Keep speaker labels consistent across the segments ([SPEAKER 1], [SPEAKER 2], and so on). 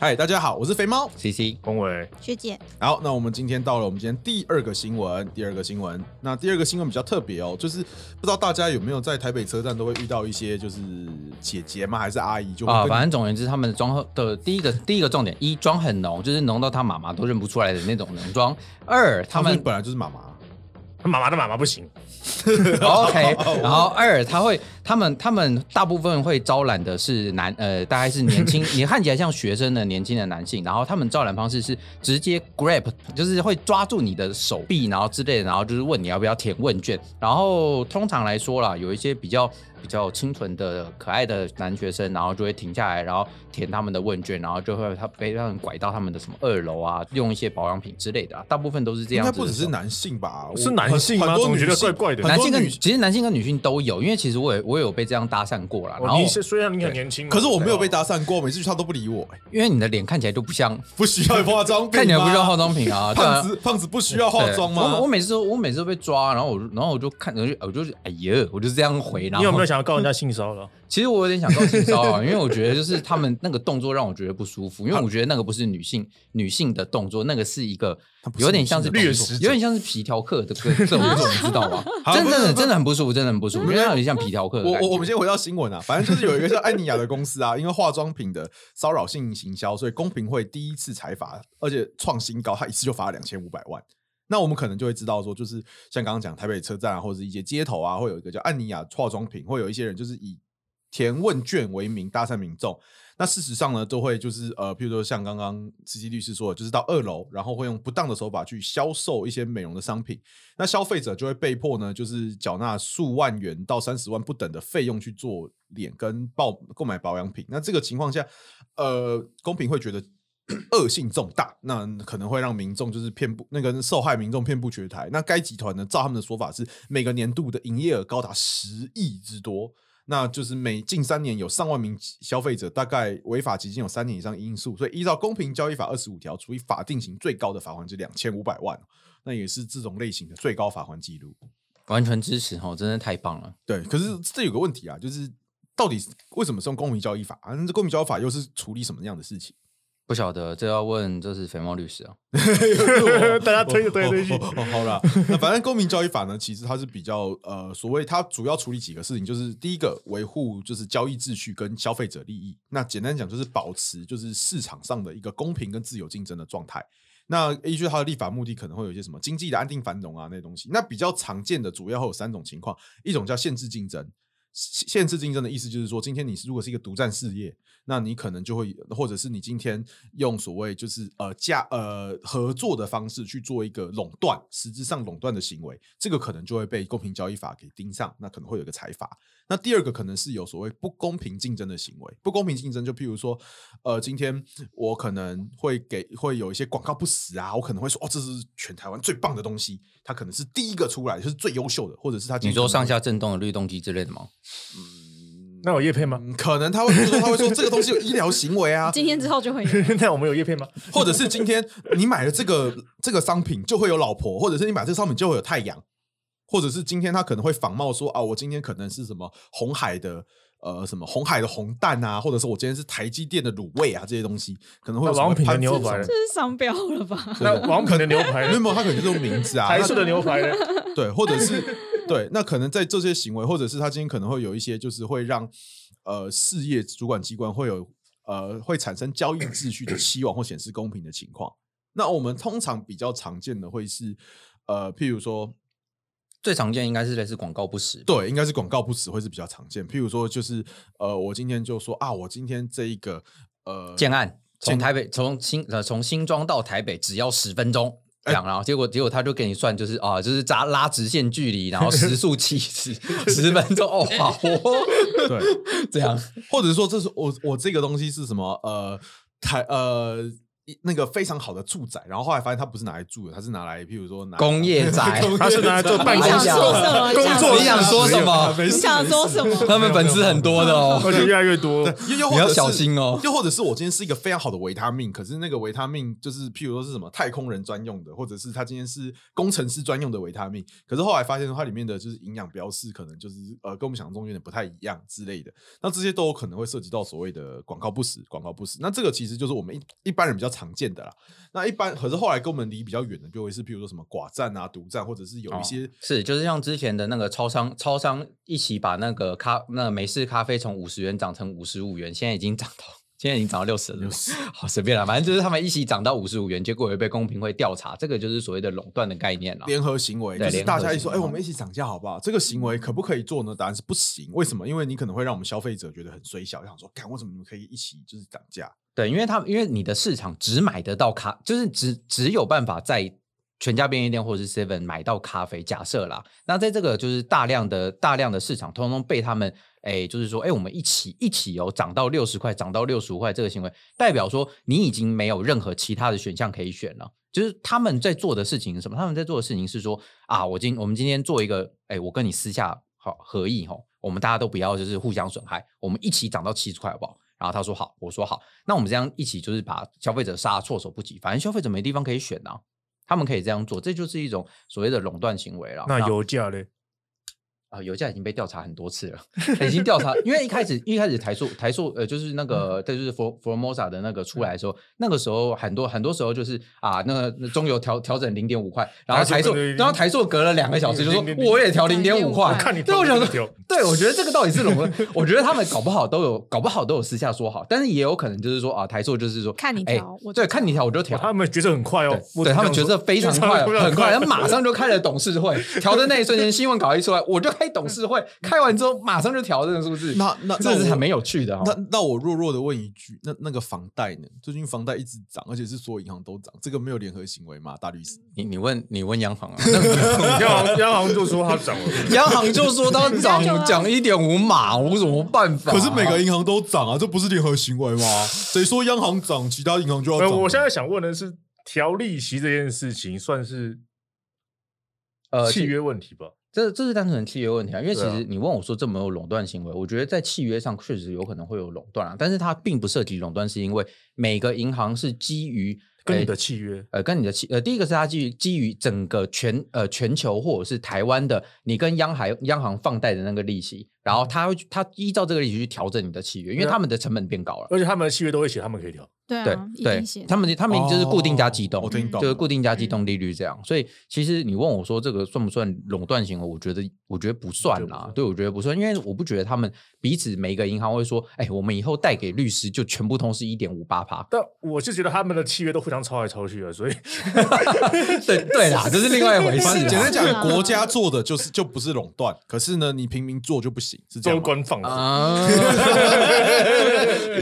[SPEAKER 1] 嗨，大家好，我是肥猫。
[SPEAKER 2] C C，
[SPEAKER 3] 恭维，
[SPEAKER 4] 学姐，
[SPEAKER 1] 好，那我们今天到了我们今天第二个新闻，第二个新闻。那第二个新闻比较特别哦，就是不知道大家有没有在台北车站都会遇到一些就是姐姐吗？还是阿姨就会
[SPEAKER 2] 啊，
[SPEAKER 1] 跟你
[SPEAKER 2] 反正总而言之，他们的妆的第一个第一个重点，一妆很浓，就是浓到他妈妈都认不出来的那种浓妆。二，他
[SPEAKER 1] 他们
[SPEAKER 2] 们
[SPEAKER 1] 本来就是妈妈，
[SPEAKER 3] 他妈妈的妈妈不行，
[SPEAKER 2] OK，然后二，他会他们他们大部分会招揽的是男呃，大概是年轻，你看起来像学生的年轻的男性，然后他们招揽方式是直接 grab，就是会抓住你的手臂，然后之类的，然后就是问你要不要填问卷，然后通常来说啦，有一些比较。比较清纯的、可爱的男学生，然后就会停下来，然后填他们的问卷，然后就会他被让人拐到他们的什么二楼啊，用一些保养品之类的、啊，大部分都是这
[SPEAKER 1] 应
[SPEAKER 2] 样
[SPEAKER 1] 该
[SPEAKER 2] 子的手
[SPEAKER 1] 不
[SPEAKER 2] 法。
[SPEAKER 1] 只是男性吧？我
[SPEAKER 3] 是男性吗
[SPEAKER 1] 很很多
[SPEAKER 3] 总
[SPEAKER 1] 女
[SPEAKER 3] 觉
[SPEAKER 1] 性
[SPEAKER 3] 得怪怪的
[SPEAKER 1] 很
[SPEAKER 2] 男
[SPEAKER 1] 多
[SPEAKER 2] 性跟
[SPEAKER 1] 女性
[SPEAKER 2] 其实男性跟女性都有，因为其实我也我也有被这样搭讪过
[SPEAKER 1] 哦
[SPEAKER 2] 啦。然后
[SPEAKER 3] 你是虽然你很年轻，啊
[SPEAKER 1] 可是我没有被搭讪过，每次去他都不理我、欸
[SPEAKER 2] 因为你的脸看起来就不像，
[SPEAKER 1] 不需要化妆品吗，
[SPEAKER 2] 看起来不像化妆 品啊，对啊
[SPEAKER 1] 胖子，胖子不需要化
[SPEAKER 2] 对
[SPEAKER 1] 妆吗？
[SPEAKER 2] 我我每次都我每次都被抓，然后我就然后我就看，我就我就是哎呀，我就这样回。然
[SPEAKER 3] 你有没
[SPEAKER 2] 后
[SPEAKER 3] 有想要告人家性 骚扰？
[SPEAKER 2] 其实我有点想告性骚扰，因为我觉得就是他们那个动作让我觉得不舒服，因为我觉得那个不是女性女性的动作，那个是一个
[SPEAKER 1] 它不是
[SPEAKER 2] 有点像是
[SPEAKER 1] 女性的
[SPEAKER 2] 有
[SPEAKER 1] 动作
[SPEAKER 2] 点像是皮条客的 这个这种动作，你知道吗？
[SPEAKER 1] 好
[SPEAKER 2] 真的真
[SPEAKER 1] 不是
[SPEAKER 2] 的真的很不舒服，真的很不舒服，因为它有点像皮条客的
[SPEAKER 1] 我
[SPEAKER 2] 感觉。
[SPEAKER 1] 我我们先回到新闻啊，反正就是有一个叫艾尼亚的公司啊，因为化妆品的骚扰性行销，所以公平会第一次裁罚，而且创新高，他一次就罚了两千五百万。那我们可能就会知道说，就是像刚刚讲台北车站啊，或者是一些街头啊，会有一个叫艾尼亚化妆品，会有一些人就是以填问卷为名搭讪民众。那事实上呢，都会就是呃，譬如说像刚刚司机律师说的，就是到二楼，然后会用不当的手法去销售一些美容的商品，那消费者就会被迫呢，就是缴纳数万元到三十万不等的费用去做脸跟报购买保养品。那这个情况下，呃，公平会觉得 恶性重大，那可能会让民众就是遍布那个受害民众遍布全台。那该集团呢，照他们的说法是，每个年度的营业额高达十亿之多。那就是每近三年有上万名消费者，大概违法期间有三年以上因素，所以依照《公平交易法》二十五条，处以法定刑最高的罚款是两千五百万。那也是这种类型的最高罚款记录。
[SPEAKER 2] 完全支持哦，真的太棒了。
[SPEAKER 1] 对，可是这有个问题啊，就是到底为什么是用公平交易法啊？这公平交易法又是处理什么样的事情？
[SPEAKER 2] 不晓得，这要问就是肥猫律师啊。
[SPEAKER 3] 大家推着推着推去
[SPEAKER 1] 哦，哦好 啦，那反正公民交易法呢，其实它是比较呃，所谓它主要处理几个事情，就是第一个维护就是交易秩序跟消费者利益。那简单讲就是保持就是市场上的一个公平跟自由竞争的状态。那依据它的立法目的，可能会有一些什么经济的安定繁荣啊那些东西。那比较常见的主要会有三种情况，一种叫限制竞争。限限制竞争的意思就是说，今天你是如果是一个独占事业，那你可能就会，或者是你今天用所谓就是呃价呃合作的方式去做一个垄断，实质上垄断的行为，这个可能就会被公平交易法给盯上，那可能会有一个裁罚。那第二个可能是有所谓不公平竞争的行为，不公平竞争就譬如说，呃，今天我可能会给会有一些广告不实啊，我可能会说哦，这是全台湾最棒的东西，它可能是第一个出来，就是最优秀的，或者是它今
[SPEAKER 2] 你
[SPEAKER 1] 天
[SPEAKER 2] 说
[SPEAKER 1] 可能
[SPEAKER 2] 上下震动的律动机之类的吗？
[SPEAKER 3] 那有叶片吗？
[SPEAKER 1] 嗯可能他会说，他会说这个东西有医疗行 为啊，
[SPEAKER 4] 今天之后就会有
[SPEAKER 3] 那我们有叶片吗？
[SPEAKER 1] 或者是今天你买了这个 这个商品就会有老婆，或者是你买这个商品就会有太阳，或者是今天他可能会仿冒说啊，我今天可能是什么红海的呃什么红海的红蛋啊，或者是我今天是台积电的卤味啊这些东西，可能会有
[SPEAKER 3] 那王品的
[SPEAKER 1] 什么
[SPEAKER 3] 牛
[SPEAKER 1] 潘
[SPEAKER 3] 排
[SPEAKER 1] 子
[SPEAKER 4] 这是商标了吧？
[SPEAKER 1] 什么
[SPEAKER 3] 那
[SPEAKER 1] 对对
[SPEAKER 3] 王品的牛排
[SPEAKER 1] 没有，没有，他可能就是用名字啊，
[SPEAKER 3] 台
[SPEAKER 1] 那
[SPEAKER 3] 式的牛排呢？
[SPEAKER 1] 对，或者是对，那可能在这些行为，或者是他今天可能会有一些，就是会让呃事业主管机关会有呃会产生交易秩序的期望或显示公平的情况。那我们通常比较常见的会是呃，譬如说，
[SPEAKER 2] 最常见应该是类似广告不实。
[SPEAKER 1] 对，应该是广告不实会是比较常见。譬如说，就是呃，我今天就说啊，我今天这一个呃
[SPEAKER 2] 建案从
[SPEAKER 1] 建
[SPEAKER 2] 台北从新呃从新庄到台北只要十分钟。
[SPEAKER 1] 哎
[SPEAKER 2] 这样，然后结果结果他就给你算，就是啊，就是扎拉直线距离，然后时 速七十十分钟哦，好哦，
[SPEAKER 1] 对，
[SPEAKER 2] 这样
[SPEAKER 1] 或者说这是我我这个东西是什么呃台呃。一那个非常好的住宅，然后后来发现它不是拿来住的，它是拿来，譬如说拿
[SPEAKER 2] 工业宅
[SPEAKER 1] 工业
[SPEAKER 3] 他是拿来做办
[SPEAKER 4] 你
[SPEAKER 3] 公
[SPEAKER 4] 想
[SPEAKER 3] 室
[SPEAKER 4] 说什
[SPEAKER 3] 的，
[SPEAKER 4] 么？
[SPEAKER 3] 工作
[SPEAKER 2] 你想说什么
[SPEAKER 1] 没
[SPEAKER 4] 你
[SPEAKER 1] 事
[SPEAKER 4] 想说什么？
[SPEAKER 2] 他们粉丝很多的哦。
[SPEAKER 3] 而且越来越多。
[SPEAKER 1] 又又或
[SPEAKER 2] 你
[SPEAKER 1] 者
[SPEAKER 2] 要
[SPEAKER 1] 是
[SPEAKER 2] 小心哦
[SPEAKER 1] 又或者是我今天是一个非常好的维他命，可是那个维他命就是譬如说是什么太空人专用的，或者是他今天是工程师专用的维他命，可是后来发现它里面的就是营养标示可能就是呃跟我们想象中有点不太一样之类的，那这些都有可能会涉及到所谓的广告不实、广告不实。那这个其实就是我们一一般人比较常见的啦。那一般可是后来跟我们离比较远的，就会是譬如说什么寡占啊、独占，或者是有一些、
[SPEAKER 2] 哦是，就是像之前的那个超商，超商一起把那个咖那个美式咖啡从五十元涨成五十五元，现在已经涨到。现在已经涨到六十了，好随便啦，反正就是他们一起涨到五十五元，结果也被公平会调查，这个就是所谓的垄断的概念了。
[SPEAKER 1] 联合行为，
[SPEAKER 2] 对
[SPEAKER 1] 就是
[SPEAKER 2] 联合
[SPEAKER 1] 大家一起说，哎、
[SPEAKER 2] 行为嗯
[SPEAKER 1] 我们一起涨价好不好？这个行为可不可以做呢？答案是不行。为什么？因为你可能会让我们消费者觉得很衰小，想说，干为什么你们可以一起就是涨价？
[SPEAKER 2] 对，因为他们因为你的市场只买得到咖，就是只只有办法在全家便利店或者是 Seven 买到咖啡。假设啦，那在这个就是大量的大量的市场，通通被他们哎，就是说哎，我们一起一起哦，涨到六十块，涨到六十五块，这个行为代表说你已经没有任何其他的选项可以选了。就是他们在做的事情是什么？他们在做的事情是说啊，我今我们今天做一个，哎，我跟你私下好合意吼，我们大家都不要就是互相损害，我们一起涨到七十块好不好？然后他说好，我说好，那我们这样一起就是把消费者杀得措手不及，反正消费者没地方可以选啊，他们可以这样做，这就是一种所谓的垄断行为了。
[SPEAKER 3] 那油价嘞？
[SPEAKER 2] 啊、油价已经被调查很多 次了，已经调查，因为一开始一开始台塑台塑呃就是
[SPEAKER 3] 嗯
[SPEAKER 2] 那个对，就是 For Formosa 的那个出来的时候，那个时候很多很多时候就是啊，那个那中油调调整零点五块，然后台
[SPEAKER 3] 台
[SPEAKER 2] 塑
[SPEAKER 3] 塑跟那个
[SPEAKER 2] 然后台塑隔了两个小时就说
[SPEAKER 3] 零零零
[SPEAKER 2] 我也调零点五
[SPEAKER 4] 0.5
[SPEAKER 2] 块
[SPEAKER 4] 块，
[SPEAKER 3] 看你
[SPEAKER 2] 对，我
[SPEAKER 3] 调
[SPEAKER 2] 想
[SPEAKER 3] 不
[SPEAKER 2] 说
[SPEAKER 3] 调，
[SPEAKER 2] 对我觉得这个到底是垄断，我觉得他们搞不好都有搞不好都有私下说好，但是也有可能就是说啊，台塑就是说
[SPEAKER 4] 看你
[SPEAKER 2] 哎
[SPEAKER 4] 调我
[SPEAKER 2] 对，
[SPEAKER 4] 就
[SPEAKER 2] 看你调我就
[SPEAKER 3] 哇
[SPEAKER 2] 调，
[SPEAKER 3] 他们决策很快哦，
[SPEAKER 2] 对，对他们决策非常快，很快，他马上就开了董事会。调的那一瞬间，新闻稿一出来，我就开董事会，开完之后马上就调这个数字。
[SPEAKER 1] 那那
[SPEAKER 2] 这
[SPEAKER 1] 那
[SPEAKER 2] 是
[SPEAKER 1] 我
[SPEAKER 2] 很没有趣嗯的哦。
[SPEAKER 1] 那那我弱弱的问一句，那那个房贷呢？最近房贷一直涨，而且是所有银行都涨，这个没有联合行为吗？大律师，
[SPEAKER 2] 你你问你问央行啊，
[SPEAKER 3] 央行央行就说它涨了，
[SPEAKER 2] 央行就说它
[SPEAKER 4] 人家就
[SPEAKER 2] 涨
[SPEAKER 4] 啊
[SPEAKER 2] 涨一点五码，我有什么办法啊？
[SPEAKER 1] 可是每个银行都涨啊，这不是联合行为吗？ 谁说央行涨，其他银行就要
[SPEAKER 3] 呃，
[SPEAKER 1] 涨？
[SPEAKER 3] 我现在想问的是，调利息这件事情算是
[SPEAKER 2] 呃
[SPEAKER 3] 契约问题
[SPEAKER 1] 哎
[SPEAKER 3] 吧？
[SPEAKER 2] 这这是单纯的契约问题啊，因为其
[SPEAKER 3] 对啊
[SPEAKER 2] 实你问我说这没有垄断行为，我觉得在契约上确实有可能会有垄断啊，但是它并不涉及垄断，是因为每个银行是基于
[SPEAKER 3] 跟你
[SPEAKER 2] 呃
[SPEAKER 3] 的契约
[SPEAKER 2] 呃，跟你的契呃，第一个是它基于基于整个全呃全球或者是台湾的你跟央行央行放贷的那个利息，然
[SPEAKER 4] 嗯
[SPEAKER 2] 后它会去它依照这个利息去调整你的契约，因为
[SPEAKER 3] 对啊
[SPEAKER 2] 他们的成本变高了。
[SPEAKER 3] 而且他们的契约都会写，他们可以调。
[SPEAKER 4] 对
[SPEAKER 2] 对
[SPEAKER 4] 啊，一定嗯写
[SPEAKER 2] 对，
[SPEAKER 4] 的
[SPEAKER 2] 他们他们就是固定加机动，
[SPEAKER 1] 哦我听懂，
[SPEAKER 2] 就是固定加机动利率这样。所以其实你问我说这个算不算垄断行为，我觉得我觉得不算
[SPEAKER 3] 我觉得不
[SPEAKER 2] 啦
[SPEAKER 3] 算。
[SPEAKER 2] 嗯对，我觉得不算，因为我不觉得他们彼此每一个银行会说，哎，我们以后贷给律师就全部通是一点五八趴。
[SPEAKER 3] 但我是觉得他们的契约都互相抄来抄去的，所以
[SPEAKER 2] 对对啦，这是另外一回事
[SPEAKER 1] 反
[SPEAKER 2] 啦。
[SPEAKER 1] 正简单
[SPEAKER 4] 是
[SPEAKER 1] 讲，
[SPEAKER 4] 啊
[SPEAKER 1] 国家做的就是就不是垄断，可是呢，你平民做就不行，是这样
[SPEAKER 3] 都
[SPEAKER 1] 吗。
[SPEAKER 3] 官放的。
[SPEAKER 2] 啊，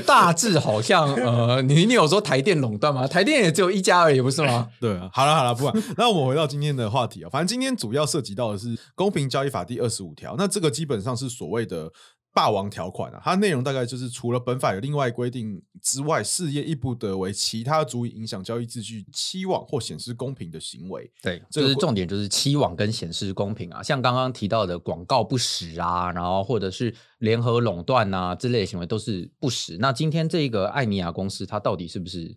[SPEAKER 2] 大致好像呃，你你有说台电垄断吗？台电也只有一家而已，不是吗？
[SPEAKER 1] 对啊，好了好了，不管。那我们回到今天的话题啊、反正今天主要涉及到的是《公平交易法》第二十五条，那这个基本上是所谓的。霸王条款啊，它内容大概就是除了本法有另外规定之外，事业亦不得为其他足以影响交易秩序、期望或显示公平的行为。
[SPEAKER 2] 对，
[SPEAKER 1] 这
[SPEAKER 2] 就
[SPEAKER 1] 个
[SPEAKER 2] 是
[SPEAKER 1] 会
[SPEAKER 2] 重点就是期网跟显示公平啊，像刚刚提到的广告不实啊，然后或者是联合垄断啊之类的行为都是不实。那今天这个艾尼亚公司它到底是不是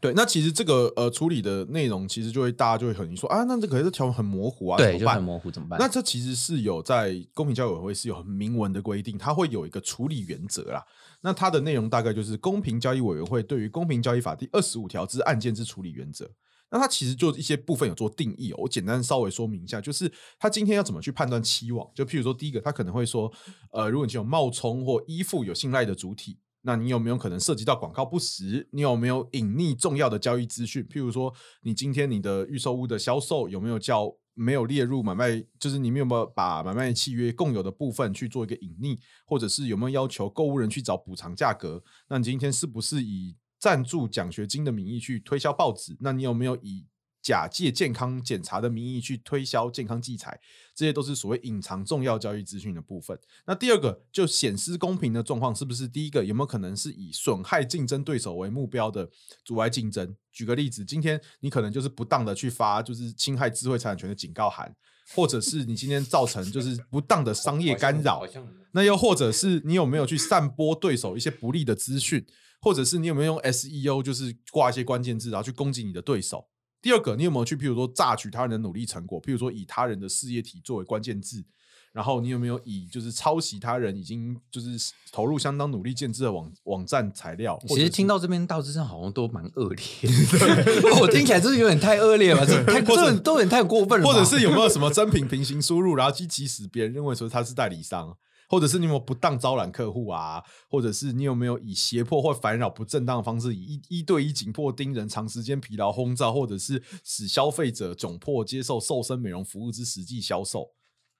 [SPEAKER 1] 对，那其实这个呃处理的内容，其实就会大家就会很说啊，那这可是这条文很模糊啊，
[SPEAKER 2] 对
[SPEAKER 1] 怎
[SPEAKER 2] 就
[SPEAKER 1] 么办
[SPEAKER 2] 很模糊？怎么办？
[SPEAKER 1] 那这其实是有在公平交易委员会是有很明文的规定，它会有一个处理原则啦。那它的内容大概就是公平交易委员会对于公平交易法第二十五条之案件之处理原则。那它其实就一些部分有做定义哦，我简单稍微说明一下，就是它今天要怎么去判断期望，就譬如说第一个，它可能会说，呃，如果你有冒充或依附有信赖的主体，那你有没有可能涉及到广告不实？你有没有隐匿重要的交易资讯？譬如说，你今天你的预售屋的销售有没有叫没有列入买卖，就是你们有没有把买卖契约共有的部分去做一个隐匿，或者是有没有要求购物人去找补偿价格？那你今天是不是以赞助奖学金的名义去推销报纸？那你有没有以假借健康检查的名义去推销健康器材，这些都是所谓隐藏重要交易资讯的部分。那第二个就显失公平的状况，是不是第一个有没有可能是以损害竞争对手为目标的阻碍竞争？举个例子，今天你可能就是不当的去发就是侵害智慧财产权的警告函，或者是你今天造成就是不当的商业干扰
[SPEAKER 5] 好，像
[SPEAKER 1] 那又或者是你有没有去散播对手一些不利的资讯，或者是你有没有用 SEO 就是挂一些关键字，然后去攻击你的对手？第二个，你有没有去譬如说榨取他人的努力成果，譬如说以他人的事业体作为关键字，然后你有没有以就是抄袭他人已经就是投入相当努力建制的网网站材料？或
[SPEAKER 2] 其
[SPEAKER 1] 者
[SPEAKER 2] 实
[SPEAKER 1] 是
[SPEAKER 2] 听到这边，大致上好像都蛮恶劣的。 我听起来真的有点太恶劣了吧？这太
[SPEAKER 1] 或者
[SPEAKER 2] 这都有点太过分了吧。
[SPEAKER 1] 或者是有没有什么真品平行输入，然后去起使别人认为说他是代理商，或者是你有没有不当招揽客户啊，或者是你有没有以胁迫或烦扰不正当的方式，以一一对一紧迫盯人、长时间疲劳轰炸，或者是使消费者窘迫接受瘦身美容服务之实际销售。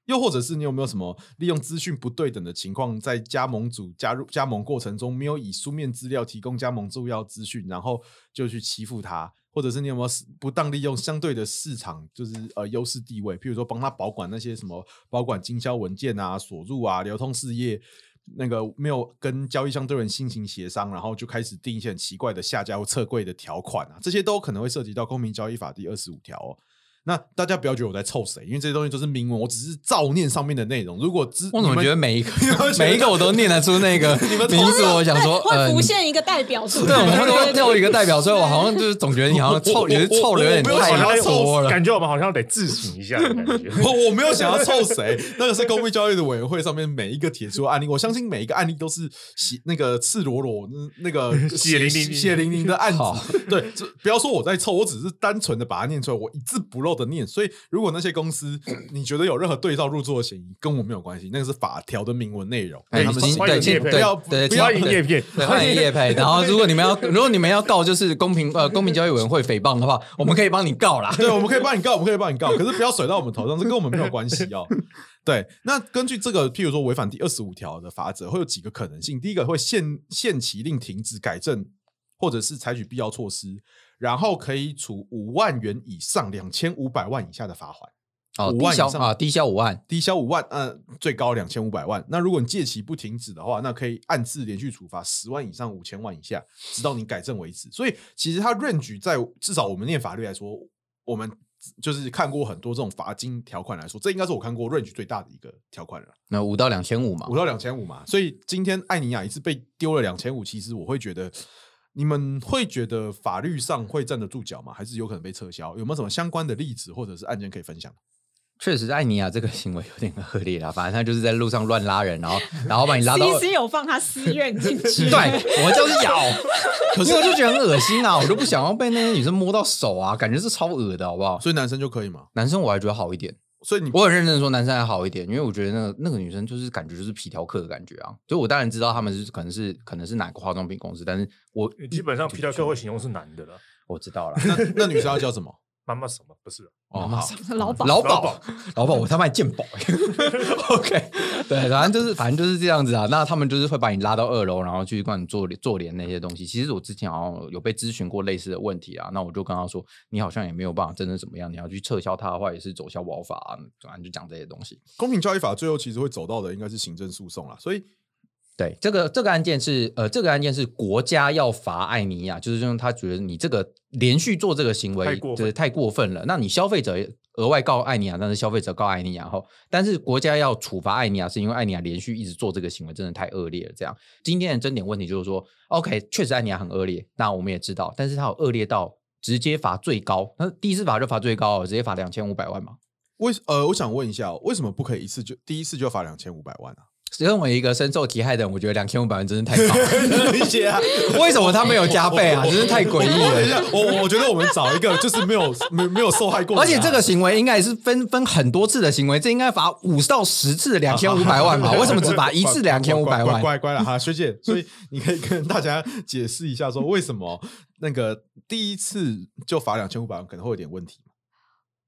[SPEAKER 1] 又或者是你有没有什么利用资讯不对等的情况，在加盟组加入加盟过程中，没有以书面资料提供加盟重要资讯，然后就去欺负他，或者是你有没有是不当利用相对的市场就是呃优势地位，譬如说帮他保管那些什么保管经销文件啊、锁入啊、流通事业。那个没有跟交易商对人进行协商，然后就开始定一些很奇怪的下架或撤柜的条款啊，这些都可能会涉及到《公平交易法》第二十五条哦。那大家不要觉得我在臭谁，因为这些东西都是明文，我只是照念上面的内容。如果 知
[SPEAKER 2] 我怎
[SPEAKER 1] 你
[SPEAKER 2] 么
[SPEAKER 1] 们
[SPEAKER 2] 觉得每一个
[SPEAKER 1] 们觉得
[SPEAKER 2] 每一个我都念得出 那个名字？我想说，
[SPEAKER 4] 哎
[SPEAKER 2] 嗯
[SPEAKER 4] 会浮现一个代表 出
[SPEAKER 2] 对，
[SPEAKER 4] 来
[SPEAKER 2] 我们
[SPEAKER 4] 对
[SPEAKER 2] 都
[SPEAKER 4] 对对。
[SPEAKER 2] 跳一个代表，所以我好像就是总觉得你好像
[SPEAKER 1] 我
[SPEAKER 2] 臭，
[SPEAKER 1] 我
[SPEAKER 2] 也是臭的有点
[SPEAKER 1] 我我
[SPEAKER 2] 太
[SPEAKER 1] 我没有想到
[SPEAKER 2] 多了。
[SPEAKER 3] 感觉我们好像得自省一下的感觉。
[SPEAKER 1] 我我没有想要臭谁，那个是公平交易的委员会上面每一个提出的案例，我相信每一个案例都是血那个赤裸裸嗯那 个
[SPEAKER 3] 血淋淋
[SPEAKER 1] 血淋淋的案
[SPEAKER 2] 好
[SPEAKER 1] 子。对，这不要说我在臭，我只是单纯的把它念出来，我一字不漏的念。所以如果那些公司你觉得有任何对照入座的嫌疑，跟我没有关系，那个是法条的明文内容。
[SPEAKER 2] 哎
[SPEAKER 1] 他们
[SPEAKER 2] 请
[SPEAKER 1] 是
[SPEAKER 3] 欢迎
[SPEAKER 2] 对，请
[SPEAKER 3] 业配
[SPEAKER 2] 对
[SPEAKER 1] 不要
[SPEAKER 2] 对，
[SPEAKER 1] 不
[SPEAKER 2] 请
[SPEAKER 1] 要
[SPEAKER 3] 欢迎叶片，
[SPEAKER 2] 对，欢迎叶 佩。然后，如果你们要，如果你们要告，就是公平呃公平交易委员会诽谤的话，我们可以帮你告啦。
[SPEAKER 1] 对，我们可以帮你告，我们可以帮你告，可是不要甩到我们头上，这跟我们没有关系哦。 对，那根据这个，譬如说违反第二十五条的法则，会有几个可能性。第一个会限限期令停止、改正，或者是采取必要措施，然后可以处五万元以上两千五百万以下的罚款。
[SPEAKER 2] 哦，
[SPEAKER 1] 五
[SPEAKER 2] 低
[SPEAKER 1] 万
[SPEAKER 2] 消
[SPEAKER 1] 以上
[SPEAKER 2] 啊，低消五万，
[SPEAKER 1] 低消五万，呃，最高两千五百万。那如果你借期不停止的话，那可以按次连续处罚十万以上五千万以下，直到你改正为止。所以其实它 range 在至少我们念法律来说，我们就是看过很多这种罚金条款来说，这应该是我看过 range 最大的一个条款了，
[SPEAKER 2] 那五到两千五嘛
[SPEAKER 1] 五。到两千五嘛。所以今天艾尼亚一次被丢了两千五，其实我会觉得。你们会觉得法律上会站得住脚吗？还是有可能被撤销？有没有什么相关的例子或者是案件可以分享？
[SPEAKER 2] 确实，艾尼啊亚这个行为有点恶劣啦，反正他就是在路上乱拉人，然后然后把你拉到
[SPEAKER 4] ，CC 有放他私怨进去，
[SPEAKER 2] 对，我就是咬， 可是我就觉得很恶心啊，我就不想要被那些女生摸到手啊，感觉是超恶的，好不好？
[SPEAKER 1] 所以男生就可以吗？
[SPEAKER 2] 男生我还觉得好一点，
[SPEAKER 1] 所以你
[SPEAKER 2] 我很认真地说男生还好一点，因为我觉得那个那个女生就是感觉就是皮条客的感觉啊，所以我当然知道他们是可能是可能是哪个化妆品公司，但是我
[SPEAKER 3] 基本上皮条客会形容是男的了。
[SPEAKER 2] 我知道了。
[SPEAKER 1] 那那女生要叫什么？
[SPEAKER 3] 妈妈什么不是？
[SPEAKER 1] 哦，
[SPEAKER 2] 妈
[SPEAKER 1] 好，
[SPEAKER 4] 老鸨
[SPEAKER 2] 老
[SPEAKER 3] 老
[SPEAKER 2] 鸨，老鸨，我他妈鉴宝。OK，对，反正就是反正就是这样子啊。那他们就是会把你拉到二楼，然后去帮你做做脸那些东西。其实我之前好像有被咨询过类似的问题啊。那我就跟他说，你好像也没有办法真的怎么样，你要去撤销他的话，也是走消保法啊。反正就讲这些东西。
[SPEAKER 1] 公平交易法最后其实会走到的应该是行政诉讼啦，所以
[SPEAKER 2] 对，这个这个案件是呃，这个案件是国家要罚艾尼亚，就是说他觉得你这个连续做这个行为
[SPEAKER 3] 太过分
[SPEAKER 2] 就是太过分了。那你消费者额外告艾尼亚，但是消费者告艾尼亚后，但是国家要处罚艾尼亚，是因为艾尼亚连续一直做这个行为，真的太恶劣了。这样，今天的争点问题就是说，OK，确实艾尼亚很恶劣，那我们也知道，但是他有恶劣到直接罚最高，那第一次罚就罚最高哦，直接罚两千五百万嘛。
[SPEAKER 1] 为呃，我想问一下哦，为什么不可以一次就第一次就罚两千五百万啊？
[SPEAKER 2] 身为一个深受其害的人，我觉得两千五百万真是太高 了。
[SPEAKER 1] 理解啊，
[SPEAKER 2] 为什么他没有加倍 啊？真是太诡异
[SPEAKER 1] 我等一
[SPEAKER 2] 了。
[SPEAKER 1] 下，我我觉得我们找一个就是没有没没有受害过的
[SPEAKER 2] 而
[SPEAKER 1] 人啊，
[SPEAKER 2] 且这个行为应该也是分分很多次的行为，这应该罚五到十次两千五百 万 吧？为什么只罚一次两千五百
[SPEAKER 1] 乖
[SPEAKER 2] 万？
[SPEAKER 1] 乖乖了哈，学姐，所以你可以跟大家解释一下，说为什么那个第一次就罚两千五百万可能会有点问题。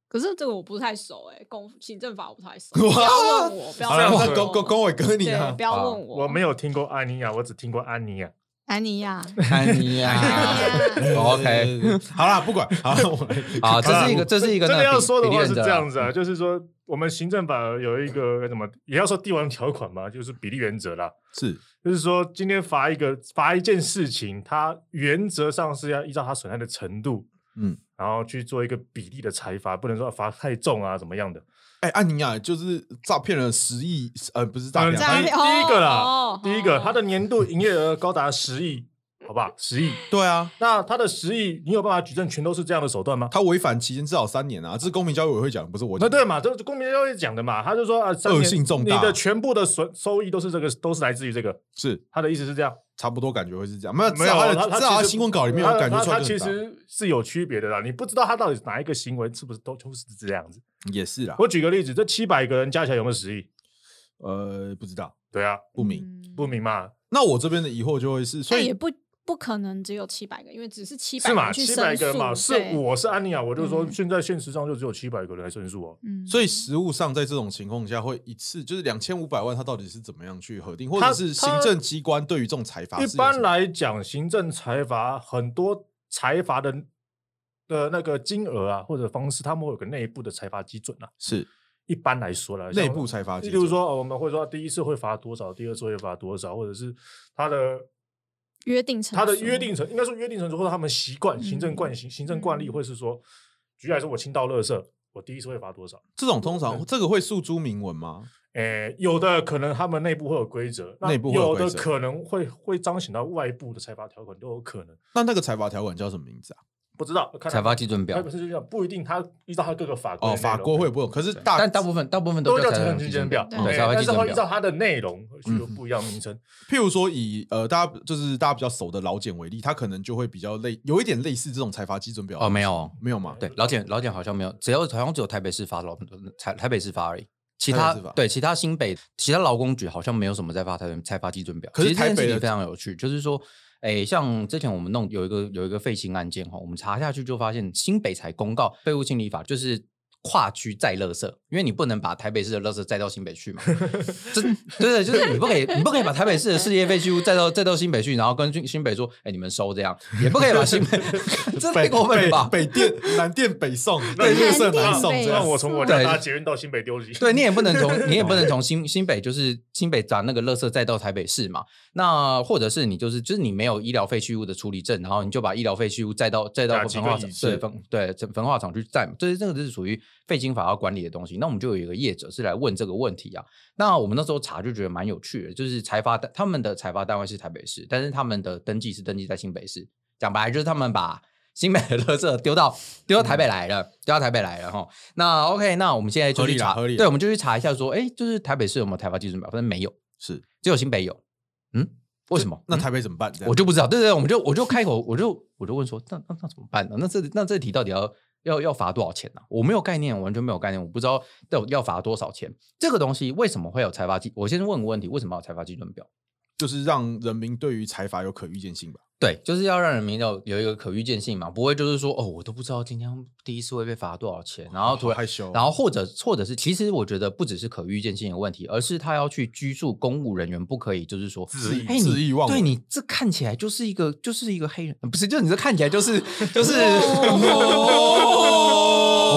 [SPEAKER 4] 可是这个我不太熟哎，公行政法我不太熟，不
[SPEAKER 1] 哇
[SPEAKER 4] 要问我，不要
[SPEAKER 1] 好
[SPEAKER 4] 问
[SPEAKER 1] 了，
[SPEAKER 4] 我，
[SPEAKER 1] 啊那公公公伟哥你
[SPEAKER 4] 对
[SPEAKER 1] 啊
[SPEAKER 4] 不，要
[SPEAKER 2] 啊
[SPEAKER 4] 问我，
[SPEAKER 3] 我没有听过安妮亚，我只听过安妮亚。
[SPEAKER 4] 安妮亚，
[SPEAKER 2] 安妮哎呀，OK，
[SPEAKER 1] 好啦，不管，好，我们
[SPEAKER 2] 好，这是一个，这是一个
[SPEAKER 3] 真
[SPEAKER 2] 那
[SPEAKER 3] 的
[SPEAKER 2] 个
[SPEAKER 3] 要
[SPEAKER 2] 比
[SPEAKER 3] 说的
[SPEAKER 2] 比例
[SPEAKER 3] 话
[SPEAKER 2] 原
[SPEAKER 3] 是
[SPEAKER 2] 则
[SPEAKER 3] 这
[SPEAKER 2] 啦
[SPEAKER 3] 样子啊，就是说我们行政法有一个该怎么，也要说帝王条款嘛，就是比例原则啦。
[SPEAKER 1] 是
[SPEAKER 3] 就是说，今天罚一个罚一件事情，它原则上是要依照它损害的程度，
[SPEAKER 1] 嗯，
[SPEAKER 3] 然后去做一个比例的裁罚，不能说罚太重啊，怎么样的。
[SPEAKER 1] 哎，安妮亚就是诈骗了十亿，呃，不是诈
[SPEAKER 3] 嗯
[SPEAKER 1] 骗
[SPEAKER 4] 诈
[SPEAKER 1] 啊，
[SPEAKER 4] 骗
[SPEAKER 3] 第第一个
[SPEAKER 4] 哦
[SPEAKER 3] 啦，第一个
[SPEAKER 4] 哦，
[SPEAKER 3] 它的年度营业额高达十亿，好吧，十亿。
[SPEAKER 1] 对啊，
[SPEAKER 3] 那它的十亿，你有办法举证全都是这样的手段吗？
[SPEAKER 1] 他违反期间至少三年啊，这是公平交易委员会讲，不是我
[SPEAKER 3] 那
[SPEAKER 1] 讲。
[SPEAKER 3] 对嘛，啊这公民教育讲的嘛，他就说啊，三
[SPEAKER 1] 恶
[SPEAKER 3] 年
[SPEAKER 1] 性重大
[SPEAKER 3] 你的全部的损收益都是这个，都是来自于这个。
[SPEAKER 1] 是
[SPEAKER 3] 他的意思是这样，
[SPEAKER 1] 差不多，感觉会是这样。没有，至
[SPEAKER 3] 没有
[SPEAKER 1] 少他
[SPEAKER 3] 他
[SPEAKER 1] 的
[SPEAKER 3] 他
[SPEAKER 1] 至少他
[SPEAKER 3] 其实
[SPEAKER 1] 新闻稿里面
[SPEAKER 3] 他
[SPEAKER 1] 有感觉
[SPEAKER 3] 他
[SPEAKER 1] 出来
[SPEAKER 3] 他
[SPEAKER 1] 就
[SPEAKER 3] 其
[SPEAKER 1] 很大，
[SPEAKER 3] 实是有区别的啦，你不知道他到底哪一个行为是不是都都是这样子。
[SPEAKER 1] 也是啦。
[SPEAKER 3] 我举个例子，这七百个人加起来有没有十亿？
[SPEAKER 1] 呃，不知道
[SPEAKER 3] 对啊，
[SPEAKER 1] 不明。
[SPEAKER 4] 嗯
[SPEAKER 3] 不明啊嘛，
[SPEAKER 1] 那我这边的疑惑就会是，所
[SPEAKER 4] 但
[SPEAKER 1] 以
[SPEAKER 4] 也不不可能只有七百个，因为只是七百
[SPEAKER 3] 是嘛？
[SPEAKER 4] 去
[SPEAKER 3] 七
[SPEAKER 4] 申
[SPEAKER 3] 百个人
[SPEAKER 4] 诉
[SPEAKER 3] 嘛，是
[SPEAKER 4] 对
[SPEAKER 3] 我是安妮亚，啊我就说
[SPEAKER 4] 嗯
[SPEAKER 3] 现在现实上就只有七百个人来申诉哦。
[SPEAKER 4] 嗯，
[SPEAKER 1] 所以实物上在这种情况下会一次就是两千五百万，它到底是怎么样去核定，或者
[SPEAKER 3] 它
[SPEAKER 1] 是
[SPEAKER 3] 它
[SPEAKER 1] 行政机关对于这种财阀
[SPEAKER 3] 一
[SPEAKER 1] 是有什
[SPEAKER 3] 般
[SPEAKER 1] 么
[SPEAKER 3] 来讲，行政裁罚很多裁罚的的那个金额啊，或者方式，他们会有个内部的裁罚基准啊。
[SPEAKER 1] 是
[SPEAKER 3] 一般来说啦，
[SPEAKER 1] 内部财阀
[SPEAKER 3] 例
[SPEAKER 1] 基准，
[SPEAKER 3] 如说，呃我们会说第一次会罚多少，第二次会罚多少，或者是他的
[SPEAKER 4] 约定成
[SPEAKER 3] 他的
[SPEAKER 4] 熟
[SPEAKER 3] 约定成，应该说约定成熟，或者他们习惯、行政惯行、行政惯例，
[SPEAKER 4] 嗯
[SPEAKER 3] 会是说，举例来说，我清倒垃圾，我第一次会罚多少？
[SPEAKER 1] 这种通常这个会诉诸明文吗？
[SPEAKER 3] 诶，有的可能他们内部会有规则，那
[SPEAKER 1] 内部会有
[SPEAKER 3] 有
[SPEAKER 1] 规
[SPEAKER 3] 的
[SPEAKER 1] 则
[SPEAKER 3] 可能会会彰显到外部的裁罚条款都有可能，
[SPEAKER 1] 那那个财阀条款叫什么名字啊？
[SPEAKER 3] 不知道看
[SPEAKER 2] 财阀基准表
[SPEAKER 3] 不是这样，不一定他依照他各个法规
[SPEAKER 1] 哦，
[SPEAKER 3] 的内容
[SPEAKER 1] 法规会不用，可是大
[SPEAKER 2] 但大部分大部分
[SPEAKER 3] 都
[SPEAKER 2] 叫
[SPEAKER 3] 叫财
[SPEAKER 2] 阀
[SPEAKER 3] 产基准表，
[SPEAKER 4] 对
[SPEAKER 1] 哦
[SPEAKER 2] 对，
[SPEAKER 3] 诶
[SPEAKER 2] 财阀
[SPEAKER 3] 但
[SPEAKER 2] 基
[SPEAKER 3] 是
[SPEAKER 2] 准
[SPEAKER 3] 会依照
[SPEAKER 2] 表。
[SPEAKER 3] 它的内容去有
[SPEAKER 1] 嗯
[SPEAKER 3] 不一样的名称。
[SPEAKER 1] 譬如说以呃大家就是大家比较熟的老简为例，他可能就会比较类有一点类似这种财阀基准表
[SPEAKER 2] 哦，没有，
[SPEAKER 1] 没有嘛？
[SPEAKER 2] 对，老简老简好像没有，只有好像只有台北市发劳嗯台台北市发而已。其
[SPEAKER 1] 台北
[SPEAKER 2] 他
[SPEAKER 1] 市发
[SPEAKER 2] 对其他新北其他劳工局好像没有什么在发财财发基准表，
[SPEAKER 1] 可是
[SPEAKER 2] 其实这件
[SPEAKER 1] 台北
[SPEAKER 2] 事
[SPEAKER 1] 的
[SPEAKER 2] 情非常有趣，就是说，诶，像之前我们弄有一个有一个废青案件哈，我们查下去就发现新北才公告废物清理法，就是跨区载垃圾，因为你不能把台北市的垃圾载到新 北去嘛，这对对，就是你不可以你不可以把台北市的世界废弃物载到载到新北去，然后跟新新北说，哎，你们收这样，也不可以把新北， 这太
[SPEAKER 1] 北
[SPEAKER 2] 过分了
[SPEAKER 1] 北
[SPEAKER 2] 吧？
[SPEAKER 1] 北电南电北送，
[SPEAKER 4] 对
[SPEAKER 1] 绿色
[SPEAKER 4] 南电
[SPEAKER 1] 南送
[SPEAKER 4] 北
[SPEAKER 1] 这
[SPEAKER 3] 让
[SPEAKER 1] 样
[SPEAKER 4] 送。
[SPEAKER 3] 我从我
[SPEAKER 2] 对
[SPEAKER 3] 家搭捷运到新北丢弃。
[SPEAKER 2] 对你也不能从你也不能从新新北就是新北把那个垃圾再到台北市嘛，那或者是你就是就是你没有医疗废弃物的处理证，然后你就把医疗废弃物再到再到
[SPEAKER 3] 甲级
[SPEAKER 2] 焚化
[SPEAKER 3] 跟
[SPEAKER 2] 厂
[SPEAKER 3] 乙
[SPEAKER 2] 对
[SPEAKER 3] 式
[SPEAKER 2] 焚对焚焚化厂去载嘛，这是这个就是属于废金法要管理的东西。那我们就有一个业者是来问这个问题啊，那我们那时候查就觉得蛮有趣的，就是财阀单他们的财阀单位是台北市，但是他们的登记是登记在新北市，讲白了就是他们把。新北的垃圾丢到丢到台北来了，丢到台北来了哈。那 OK，那我们现在
[SPEAKER 1] 嗯
[SPEAKER 2] 就
[SPEAKER 1] 合
[SPEAKER 2] 去
[SPEAKER 1] 理啦
[SPEAKER 2] 查，
[SPEAKER 1] 合理啦
[SPEAKER 2] 对，我们就去查一下，说，哎，就是台北市有没有台发基准表？反正没有，
[SPEAKER 1] 是，
[SPEAKER 2] 只有新北有。嗯，为什么？
[SPEAKER 1] 那
[SPEAKER 2] 嗯
[SPEAKER 1] 台北怎么办？这样
[SPEAKER 2] 我就不知道。对对，对我们就我就开口，我就我就问说，那那那怎么办呢？那这那这题到底要要要罚多少钱呢、我没有概念，完全没有概念，我不知道到底要罚多少钱。这个东西为什么会有财发基？我先问个问题，为什么要有财发基准表？
[SPEAKER 1] 就是让人民对于财阀有可预见性吧。
[SPEAKER 2] 对，就是要让人民有有一个可预见性嘛，不会就是说哦，我都不知道今天第一次会被罚多少钱，然后突然
[SPEAKER 1] 好害羞，
[SPEAKER 2] 然后或者或者是，其实我觉得不只是可预见性的问题，而是他要去拘束公务人员，不可以就是说
[SPEAKER 1] 恣意
[SPEAKER 2] 哎
[SPEAKER 1] 恣
[SPEAKER 2] 你
[SPEAKER 1] 意妄为
[SPEAKER 2] 对你这看起来就是一个就是一个黑人，呃不是，就你这看起 来就是就是
[SPEAKER 1] 哦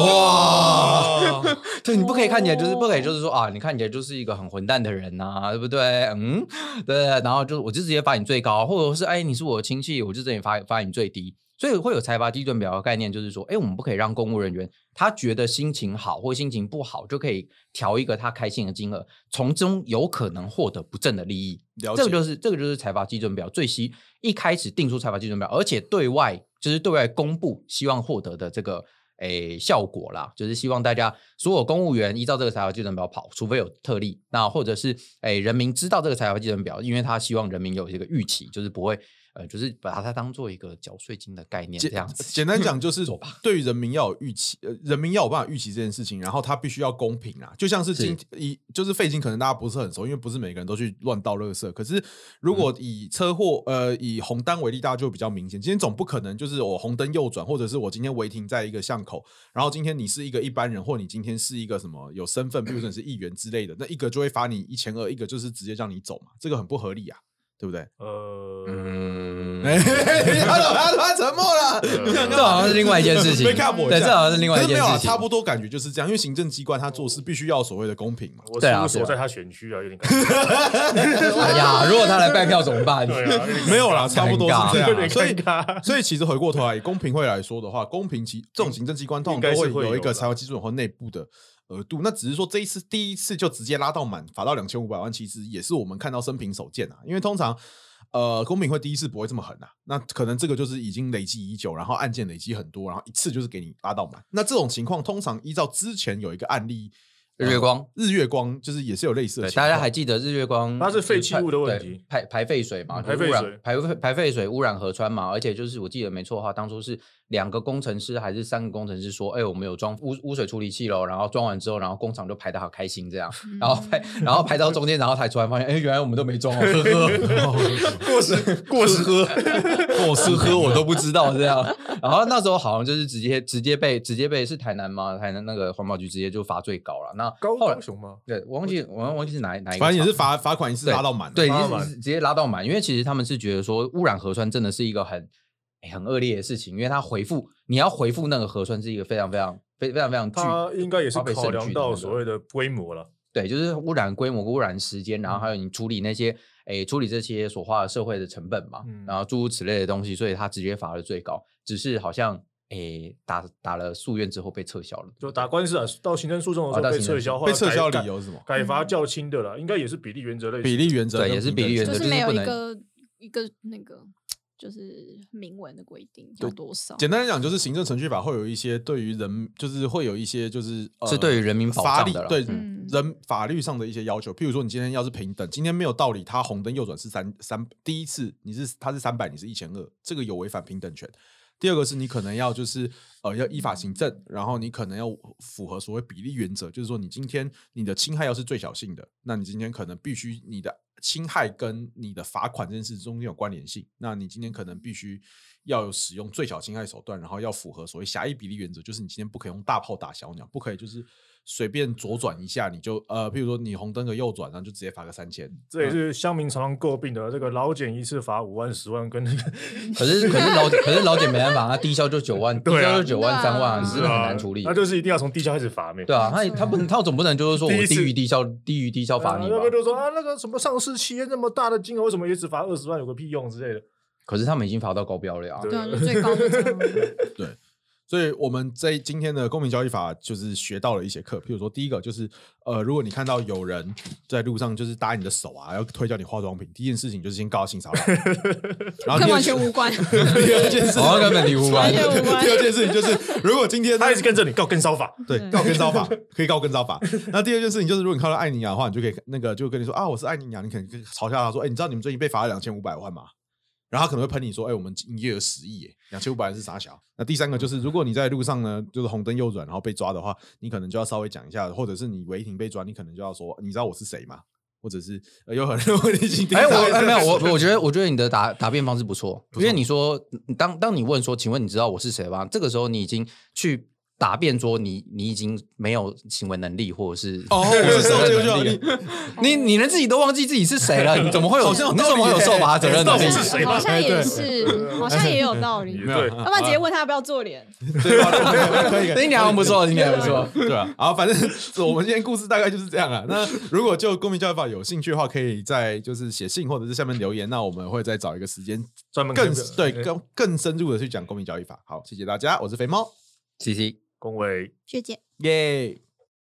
[SPEAKER 2] 哇，对你不可以看起来就是不可以
[SPEAKER 1] 哦
[SPEAKER 2] 就是说啊，你看起来就是一个很混蛋的人呐、对不对？嗯，对，然后就我就直接罚你最高，或者是哎你是我的亲戚，我就直接罚罚你最低。所以会有财阀基准表的概念，就是说，哎，我们不可以让公务人员他觉得心情好或心情不好就可以调一个他开心的金额，从中有可能获得不正的利益。
[SPEAKER 1] 了解
[SPEAKER 2] 这个就是这个就是财阀基准表最希一开始定出财阀基准表，而且对外就是对外公布希望获得的这个诶效果啦，就是希望大家所有公务员依照这个财阀基准表跑，除非有特例，那或者是诶人民知道这个财阀基准表，因为他希望人民有这个预期，就是不会呃就是把它当做一个缴税金的概念这
[SPEAKER 1] 简
[SPEAKER 2] 样子。
[SPEAKER 1] 简单讲就是
[SPEAKER 2] 走吧，
[SPEAKER 1] 对于人民要有预期，呃，人民要有办法预期这件事情，然后他必须要公平啊。就像是今以就是费金，可能大家不是很熟，因为不是每个人都去乱倒垃圾。可是如
[SPEAKER 2] 嗯
[SPEAKER 1] 果以车祸，呃，以红单为例，大家就比较明显。今天总不可能就是我红灯右转，或者是我今天违停在一个巷口，然后今天你是一个一般人，或你今天是一个什么有身份，比如说你是议员之类的，那一个就会罚你一千二，一个就是直接让你走嘛，这个很不合理啊。对不 对？
[SPEAKER 3] 呃，
[SPEAKER 2] 嗯，
[SPEAKER 1] 哎他他他沉默了，你想干
[SPEAKER 2] 这好
[SPEAKER 1] 嘛
[SPEAKER 2] 像是另外一件事情。
[SPEAKER 1] 被 cap 我一
[SPEAKER 2] 对，
[SPEAKER 1] 下
[SPEAKER 2] 这好像是另外
[SPEAKER 1] 可是
[SPEAKER 2] 一件
[SPEAKER 1] 没有啊，
[SPEAKER 2] 事情。
[SPEAKER 1] 差不多感觉就是这样，因为行政机关他做事必须要有所谓的公平嘛。
[SPEAKER 3] 我
[SPEAKER 2] 对
[SPEAKER 3] 事
[SPEAKER 2] 啊
[SPEAKER 3] 务所
[SPEAKER 2] 对啊
[SPEAKER 3] 在他选区啊，有 点尴尬。
[SPEAKER 2] 哎 呀，如果他来拜票怎么办？
[SPEAKER 3] 对啊，有点尴尬
[SPEAKER 1] 没有啦，差不多是这
[SPEAKER 3] 有
[SPEAKER 1] 样啊。
[SPEAKER 3] 点
[SPEAKER 1] 所以
[SPEAKER 3] 尴尬。
[SPEAKER 1] 所以其实回过头来，以公平会来说的话，公平其这种行政机关通常
[SPEAKER 3] 应该
[SPEAKER 1] 都
[SPEAKER 3] 是
[SPEAKER 1] 会
[SPEAKER 3] 会
[SPEAKER 1] 有一
[SPEAKER 3] 有
[SPEAKER 1] 个
[SPEAKER 3] 的
[SPEAKER 1] 财务基准和内部的呃额度。那只是说这一次第一次就直接拉到满，罚到两千五百万，其实也是我们看到生平首见啊。因为通常呃公平会第一次不会这么狠啊，那可能这个就是已经累积已久，然后案件累积很多，然后一次就是给你拉到满。那这种情况通常依照之前有一个案例，呃
[SPEAKER 2] 日月光，
[SPEAKER 1] 日月光就是也是有类似的
[SPEAKER 2] 对，
[SPEAKER 1] 情况，
[SPEAKER 2] 大家还记得日月光
[SPEAKER 3] 它是废弃物的问题
[SPEAKER 2] 对排排废水嘛，
[SPEAKER 3] 嗯
[SPEAKER 2] 就是
[SPEAKER 3] 排废
[SPEAKER 2] 污染
[SPEAKER 3] 水
[SPEAKER 2] 排废排废水污染河川嘛，而且就是我记得没错的话，当初是两个工程师还是三个工程师说，哎，我们有装污污水处理器喽，然后装完之后，然后工厂就排的好开心这样，
[SPEAKER 4] 嗯
[SPEAKER 2] 然后排然后排到中间，然后才突然发现，哎，原来我们都没装哦， 呵呵，过时过时喝，过时喝我都不知道这样， 然后那时候好像就是直接直接被直接被是台南吗？台南那个环保局直接就罚最高了，那
[SPEAKER 3] 高
[SPEAKER 2] 后来
[SPEAKER 3] 高。雄吗？
[SPEAKER 2] 对，我忘记我忘记是哪哪一个厂，
[SPEAKER 1] 反正也是罚罚款一次
[SPEAKER 2] 对
[SPEAKER 1] 拉到满啊，
[SPEAKER 2] 对，
[SPEAKER 3] 拉
[SPEAKER 2] 就
[SPEAKER 3] 满
[SPEAKER 2] 是直接拉到满，因为其实他们是觉得说污染核酸真的是一个很、哎很恶劣的事情，因为他回复你要回复那个核酸是一个非常非常非非常非常巨，
[SPEAKER 3] 它应该也是
[SPEAKER 2] 花费
[SPEAKER 3] 考
[SPEAKER 2] 甚巨
[SPEAKER 3] 量
[SPEAKER 2] 的
[SPEAKER 3] 到
[SPEAKER 2] 那
[SPEAKER 3] 所
[SPEAKER 2] 个
[SPEAKER 3] 谓的规模了。
[SPEAKER 2] 对，就是污染规模、污染时间，然后还有
[SPEAKER 3] 嗯
[SPEAKER 2] 你处理那些诶、处理这些所花的社会的成本嘛，
[SPEAKER 3] 嗯
[SPEAKER 2] 然后诸如此类的东西，所以他直接罚的最高，只是好像诶、打打了诉愿之后被撤销 了，
[SPEAKER 3] 就打官司啊，到行政诉讼的
[SPEAKER 2] 啊
[SPEAKER 3] 时
[SPEAKER 2] 到
[SPEAKER 3] 候被
[SPEAKER 2] 行政
[SPEAKER 3] 撤销，
[SPEAKER 1] 被撤销理
[SPEAKER 3] 由
[SPEAKER 1] 由是什么？
[SPEAKER 3] 改罚较轻的了，应该也是比例原则类型。
[SPEAKER 1] 比例原则
[SPEAKER 2] 对
[SPEAKER 1] 跟
[SPEAKER 2] 也是
[SPEAKER 1] 平
[SPEAKER 2] 比例
[SPEAKER 1] 等
[SPEAKER 2] 原
[SPEAKER 1] 性
[SPEAKER 2] 则
[SPEAKER 4] 就是
[SPEAKER 2] 就是
[SPEAKER 4] 没有
[SPEAKER 2] 不
[SPEAKER 4] 一
[SPEAKER 2] 能
[SPEAKER 4] 个一个那个就是明文的规定要多少，
[SPEAKER 1] 简单来讲，就是行政程序法会有一些对于人，就是会有一些就是、呃、
[SPEAKER 2] 是对于人民保
[SPEAKER 1] 法
[SPEAKER 2] 障
[SPEAKER 1] 理
[SPEAKER 2] 的啦
[SPEAKER 1] 对、
[SPEAKER 4] 嗯
[SPEAKER 1] 人法律上的一些要求。譬如说，你今天要是平等，今天没有道理，他红灯右转是三三，第一次你是他是三百，你是一千二，这个有违反平等权。第二个是你可能要就是呃要依法行政，然后你可能要符合所谓比例原则，就是说你今天你的侵害要是最小性的，那你今天可能必须你的侵害跟你的罚款这件事中间有关联性，那你今天可能必须要有使用最小侵害手段，然后要符合所谓狭义比例原则，就是你今天不可以用大炮打小鸟，不可以就是随便左转一下你就呃，譬如说你红灯个右转，然后就直接罚个三千，
[SPEAKER 3] 这也是乡民常常诟病的，这个劳检一次罚五万、十万，跟那个
[SPEAKER 2] 可 是啊可是老可是老姐没办法，他低消就九万，低
[SPEAKER 3] 对啊
[SPEAKER 2] 消就九万三万，
[SPEAKER 4] 对啊
[SPEAKER 2] 真的很难处理
[SPEAKER 3] 那。就是一定要从地下开始罚没？
[SPEAKER 2] 对啊，他
[SPEAKER 4] 没错
[SPEAKER 2] 他不能，他总不能就是说
[SPEAKER 3] 第
[SPEAKER 2] 我
[SPEAKER 3] 一
[SPEAKER 2] 低
[SPEAKER 3] 次
[SPEAKER 2] 于低消，低于低消
[SPEAKER 3] 对啊，
[SPEAKER 2] 罚你吧
[SPEAKER 3] 那？个就说啊，那个什么上市企业那么大的金额，为什么也只罚二十万，有个屁用之类的？
[SPEAKER 2] 可是他们已经罚到高标 了啊！
[SPEAKER 3] 对
[SPEAKER 4] 对啊，就最高就这样。
[SPEAKER 1] 所以我们在今天的公平交易法就是学到了一些课，譬如说第一个就是，呃，如果你看到有人在路上就是搭你的手啊，要推销你化妆品，第一件事情就是先告他性骚扰，然后第
[SPEAKER 4] 跟
[SPEAKER 1] 二
[SPEAKER 4] 完
[SPEAKER 1] 件
[SPEAKER 4] 全无 关，
[SPEAKER 1] 第二件事情
[SPEAKER 2] 哦，根本离无关
[SPEAKER 4] 完。全无关
[SPEAKER 1] 第。二件事情就是，如果今天
[SPEAKER 3] 他一直跟着你告跟骚法，
[SPEAKER 1] 对
[SPEAKER 4] 对
[SPEAKER 1] 告跟骚法，可以告跟骚法。那第二件事情就是，如果你看到艾尼亚的话，你就可以那个就跟你说啊，我是艾尼亚，你可能嘲笑他说，哎、你知道你们最近被罚了两千五百万吗？然后他可能会喷你说，哎、我们营业额十亿耶，两千五百万是啥小？那第三个就是，如果你在路上呢，就是红灯右转，然后被抓的话，你可能就要稍微讲一下，或者是你违停被抓，你可能就要说，你知道我是谁吗？或者是、呃有很多人已经盯
[SPEAKER 2] 哎，
[SPEAKER 1] 上
[SPEAKER 2] 我
[SPEAKER 1] 了
[SPEAKER 2] 哎没有，我我觉得我觉得你的答答辩方式不错，因为你说当当你问说，请问你知道我是谁吗？这个时候你已经去答辩说你你已经没有行为能力，或者是
[SPEAKER 1] 哦，我是受
[SPEAKER 2] 责
[SPEAKER 1] 这
[SPEAKER 2] 任
[SPEAKER 1] 就
[SPEAKER 2] 能力了。你你连自己都忘记自己是谁了，你怎么会有
[SPEAKER 1] 好像有
[SPEAKER 2] 你怎么会有受罚责任能
[SPEAKER 3] 到
[SPEAKER 2] 力
[SPEAKER 3] 底？是谁吧
[SPEAKER 4] 好像
[SPEAKER 1] 哎对
[SPEAKER 4] 也是，好像也有道理。
[SPEAKER 1] 没
[SPEAKER 4] 要
[SPEAKER 1] 有
[SPEAKER 3] 对，
[SPEAKER 4] 不然直接问他要不要做脸，
[SPEAKER 1] 对吧？可以可以，
[SPEAKER 2] 你俩不错，你俩不错。
[SPEAKER 1] 对啊，好，反正我们今天故事大概就是这样啊。那如果就公民教育法有兴趣的话，可以在就是写信或者是下面留言，那我们会再找一个时间
[SPEAKER 3] 专门
[SPEAKER 1] 更
[SPEAKER 3] 跟着
[SPEAKER 1] 对
[SPEAKER 3] 哎
[SPEAKER 1] 更更深入的去讲公民教育法。好，谢谢大家，我是肥猫，
[SPEAKER 2] C C。
[SPEAKER 3] 恭维。
[SPEAKER 4] 学姐。
[SPEAKER 1] 耶、